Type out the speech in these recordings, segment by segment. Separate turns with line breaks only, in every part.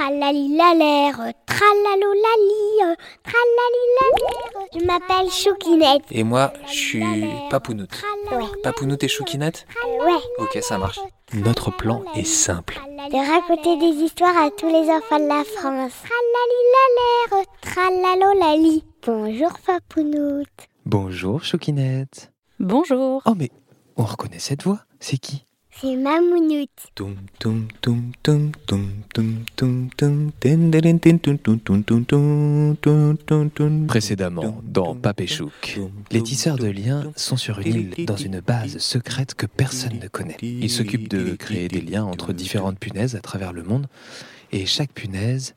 Tralali la l'air, tralalo la tralali la Je m'appelle Choukinette.
Et moi, je suis Papounoute.
Ouais.
Papounoute et Choukinette
Ouais,
Ok, ça marche. Notre plan est simple.
de raconter des histoires à tous les enfants de la France. Tralali la l'air, tralalo lali. Bonjour Papounoute.
Bonjour Choukinette.
Bonjour.
Oh mais, on reconnaît cette voix, c'est qui
C'est Mamounoute.
Tum tum tum tum tum tum tum tum tin, tin, tin, tin, tum, tum, tum, tum, tum, tum, tum.
Précédemment, dans Papéchouk, les tisseurs de liens sont sur une île dans une base secrète que personne ne connaît. Ils s'occupent de créer des liens entre différentes punaises à travers le monde, et chaque punaise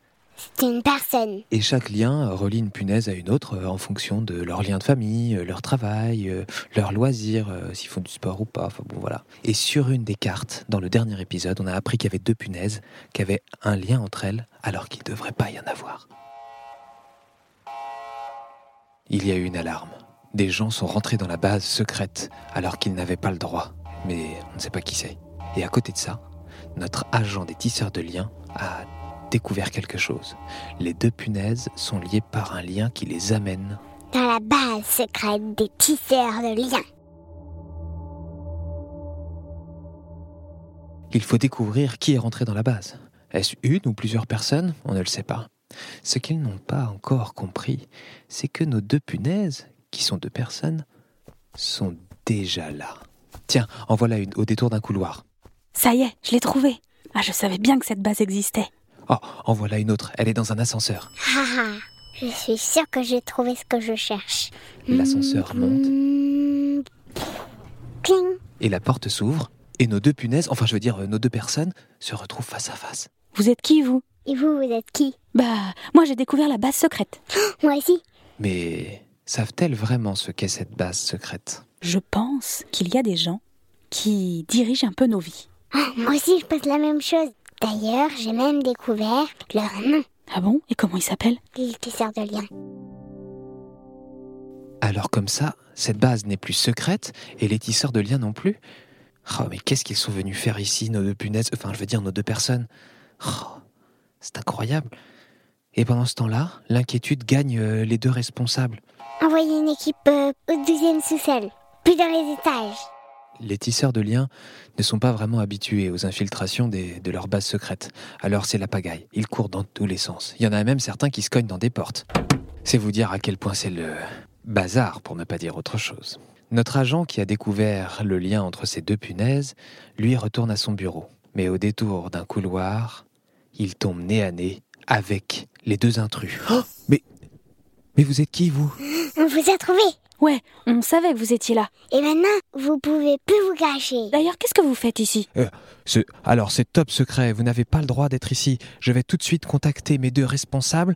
C'est une personne.
et chaque lien relie une punaise à une autre euh, en fonction de leur lien de famille, euh, leur travail, euh, leurs loisirs, euh, s'ils font du sport ou pas. Enfin bon, voilà. Et sur une des cartes, dans le dernier épisode, on a appris qu'il y avait deux punaises qui avaient un lien entre elles, alors qu'il ne devrait pas y en avoir. Il y a eu une alarme. Des gens sont rentrés dans la base secrète alors qu'ils n'avaient pas le droit. Mais on ne sait pas qui c'est. Et à côté de ça, notre agent des tisseurs de liens a découvert quelque chose. Les deux punaises sont liées par un lien qui les amène.
dans la base secrète des tisseurs de liens.
Il faut découvrir qui est rentré dans la base. Est-ce une ou plusieurs personnes On ne le sait pas. Ce qu'ils n'ont pas encore compris, c'est que nos deux punaises, qui sont deux personnes, sont déjà là. Tiens, en voilà une au détour d'un couloir.
Ça y est, je l'ai trouvé. Ah, je savais bien que cette base existait.
Oh, en voilà une autre, elle est dans un ascenseur.
Ah ah, je suis sûre que j'ai trouvé ce que je cherche. Mmh.
L'ascenseur monte
Hmm, Cling.
et la porte s'ouvre et nos deux punaises, enfin je veux dire euh, nos deux personnes, se retrouvent face à face.
Vous êtes qui, vous
Et vous, vous êtes qui
Bah, moi j'ai découvert la base secrète.
Moi aussi.
Mais savent-elles vraiment ce qu'est cette base secrète
Je pense qu'il y a des gens qui dirigent un peu nos vies.
Ah, moi aussi, je pense la même chose. D'ailleurs, j'ai même découvert leur nom,
Ah bon Et comment ils s'appellent
les tisseurs de liens.
Alors comme ça, cette base n'est plus secrète et les tisseurs de liens non plus. Oh mais qu'est-ce qu'ils sont venus faire ici, nos deux punaises, enfin je veux dire nos deux personnes Oh, C'est incroyable. Et pendant ce temps-là, l'inquiétude gagne euh, les deux responsables.
Envoyez une équipe euh, au deuxième sous-sol, puis dans les étages.
Les tisseurs de liens ne sont pas vraiment habitués aux infiltrations des- de leurs bases secrètes. Alors c'est la pagaille. Ils courent dans tous les sens. Il y en a même certains qui se cognent dans des portes. C'est vous dire à quel point c'est le bazar, pour ne pas dire autre chose. Notre agent qui a découvert le lien entre ces deux punaises, lui retourne à son bureau. Mais au détour d'un couloir, il tombe nez à nez avec les deux intrus. Oh mais, mais vous êtes qui, vous
On vous a trouvé.
Ouais, on savait que vous étiez là.
Et maintenant, vous pouvez plus vous cacher.
D'ailleurs, qu'est-ce que vous faites ici
Ce- alors c'est top secret, vous n'avez pas le droit d'être ici. Je vais tout de suite contacter mes deux responsables.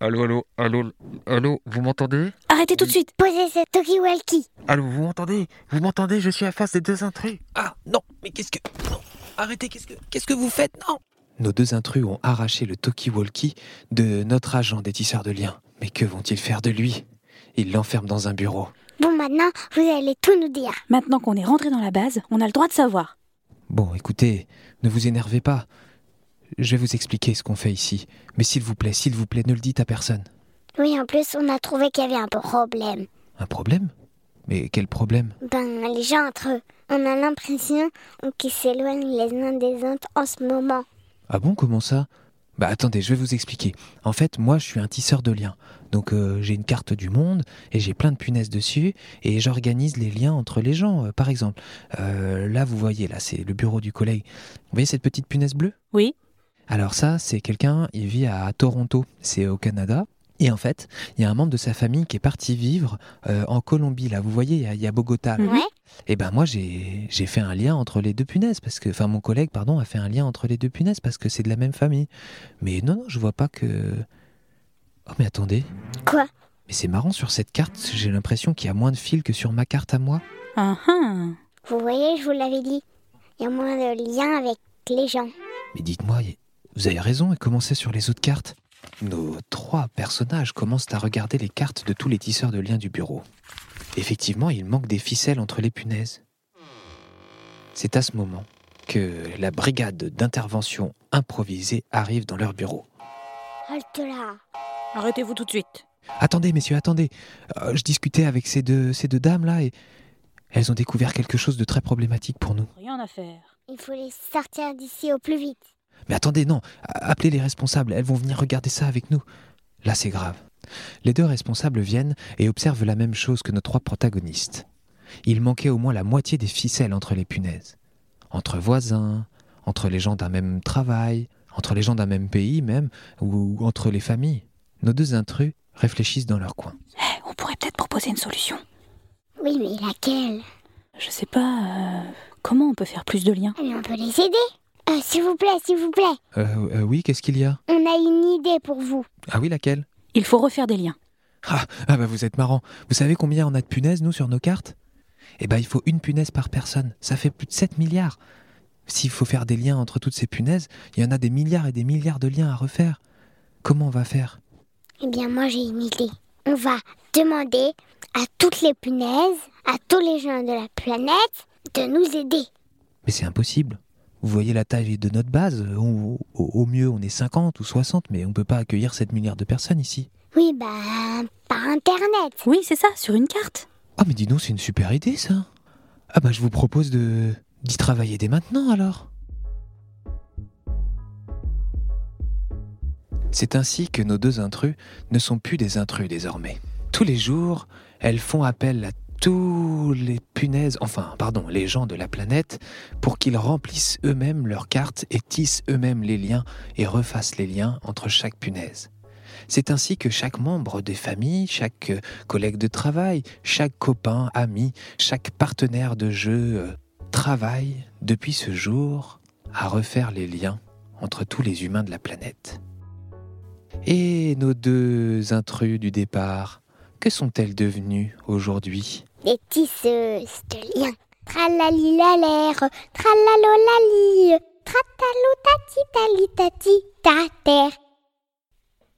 Allô, allô, allô, allô, vous m'entendez
Arrêtez tout de suite
Posez ce talkie-walkie.
Allô, vous m'entendez Vous m'entendez Je suis à face des deux intrus.
Ah non, mais qu'est-ce que... non, arrêtez, qu'est-ce que, qu'est-ce que vous faites Non Nos deux intrus ont arraché le talkie-walkie de notre agent des tisseurs de liens. Mais que vont-ils faire de lui Ils l'enferment dans un bureau.
Bon, maintenant, vous allez tout nous dire.
Maintenant qu'on est rentré dans la base, on a le droit de savoir.
Bon, écoutez, ne vous énervez pas. Je vais vous expliquer ce qu'on fait ici. Mais s'il vous plaît, s'il vous plaît, ne le dites à personne.
Oui, en plus, on a trouvé qu'il y avait un problème.
Un problème Mais quel problème
Ben, les gens entre eux. On a l'impression qu'ils s'éloignent les uns des autres en ce moment.
Ah bon, comment ça Bah attendez, je vais vous expliquer. En fait, moi, je suis un tisseur de liens. Donc euh, j'ai une carte du monde et j'ai plein de punaises dessus et j'organise les liens entre les gens. Euh, par exemple, euh, là, vous voyez, là, c'est le bureau du collègue. Vous voyez cette petite punaise bleue
Oui.
Alors ça, c'est quelqu'un, il vit à Toronto, c'est au Canada. Et en fait, il y a un membre de sa famille qui est parti vivre euh, en Colombie. Là, vous voyez, il y a- il y, a Bogota. là.
Mhm.
Ouais.
Et ben moi j'ai j'ai fait un lien entre les deux punaises parce que enfin mon collègue pardon a fait un lien entre les deux punaises parce que c'est de la même famille. Mais non non, je vois pas que Oh mais attendez.
Quoi
Mais c'est marrant sur cette carte, j'ai l'impression qu'il y a moins de fils que sur ma carte à moi.
Ah ah.
Vous voyez, je vous l'avais dit. Il y a moins de liens avec les gens.
Mais dites-moi, y- vous avez raison et commencez sur les autres cartes. Nos trois personnages commencent à regarder les cartes de tous les tisseurs de liens du bureau. Effectivement, il manque des ficelles entre les punaises. C'est à ce moment que la brigade d'intervention improvisée arrive dans leur bureau.
Halte là.
Arrêtez-vous tout de suite.
Attendez, messieurs, attendez. Euh, je discutais avec ces deux, ces deux dames-là et elles ont découvert quelque chose de très problématique pour nous.
Rien à faire.
Il faut les sortir d'ici au plus vite.
Mais attendez, non, a- appelez les responsables, elles vont venir regarder ça avec nous. Là, c'est grave. Les deux responsables viennent et observent la même chose que nos trois protagonistes. Il manquait au moins la moitié des ficelles entre les punaises. Entre voisins, entre les gens d'un même travail, entre les gens d'un même pays même, ou entre les familles. Nos deux intrus réfléchissent dans leur coin.
Eh, on pourrait peut-être proposer une solution.
Oui, mais laquelle
Je sais pas. euh, comment on peut faire plus de liens
Ah, Mais on peut les aider. Euh, s'il vous plaît, s'il vous plaît.
Euh, euh, oui, qu'est-ce qu'il y a
On a une idée pour vous.
Ah oui, laquelle
Il faut refaire des liens.
ah, ah bah vous êtes marrant. Vous savez combien on a de punaises, nous, sur nos cartes Eh bah il faut une punaise par personne. Ça fait plus de 7 milliards. S'il faut faire des liens entre toutes ces punaises, il y en a des milliards et des milliards de liens à refaire. Comment on va faire
Eh bien, moi, j'ai une idée. On va demander à toutes les punaises, à tous les gens de la planète, de nous aider.
Mais c'est impossible. Vous voyez la taille de notre base. On- au, au mieux, on est 50 ou 60, mais on ne peut pas accueillir 7 milliards de personnes ici.
Oui, bah, par Internet.
Oui, c'est ça, sur une carte.
Ah mais dis donc, c'est une super idée, ça. Ah bah je vous propose de d'y travailler dès maintenant, alors. C'est ainsi que nos deux intrus ne sont plus des intrus désormais. Tous les jours, elles font appel à tous les punaises, enfin, pardon, les gens de la planète, pour qu'ils remplissent eux-mêmes leurs cartes et tissent eux-mêmes les liens et refassent les liens entre chaque punaise. C'est ainsi que chaque membre des familles, chaque euh, collègue de travail, chaque copain, ami, chaque partenaire de jeu euh, travaille depuis ce jour à refaire les liens entre tous les humains de la planète. Et nos deux intrus du départ, que sont-elles devenues aujourd'hui
Des euh, tisseuses de liens. Tralalilalère, tralalolali, tratalou tati tali tati, ta terre,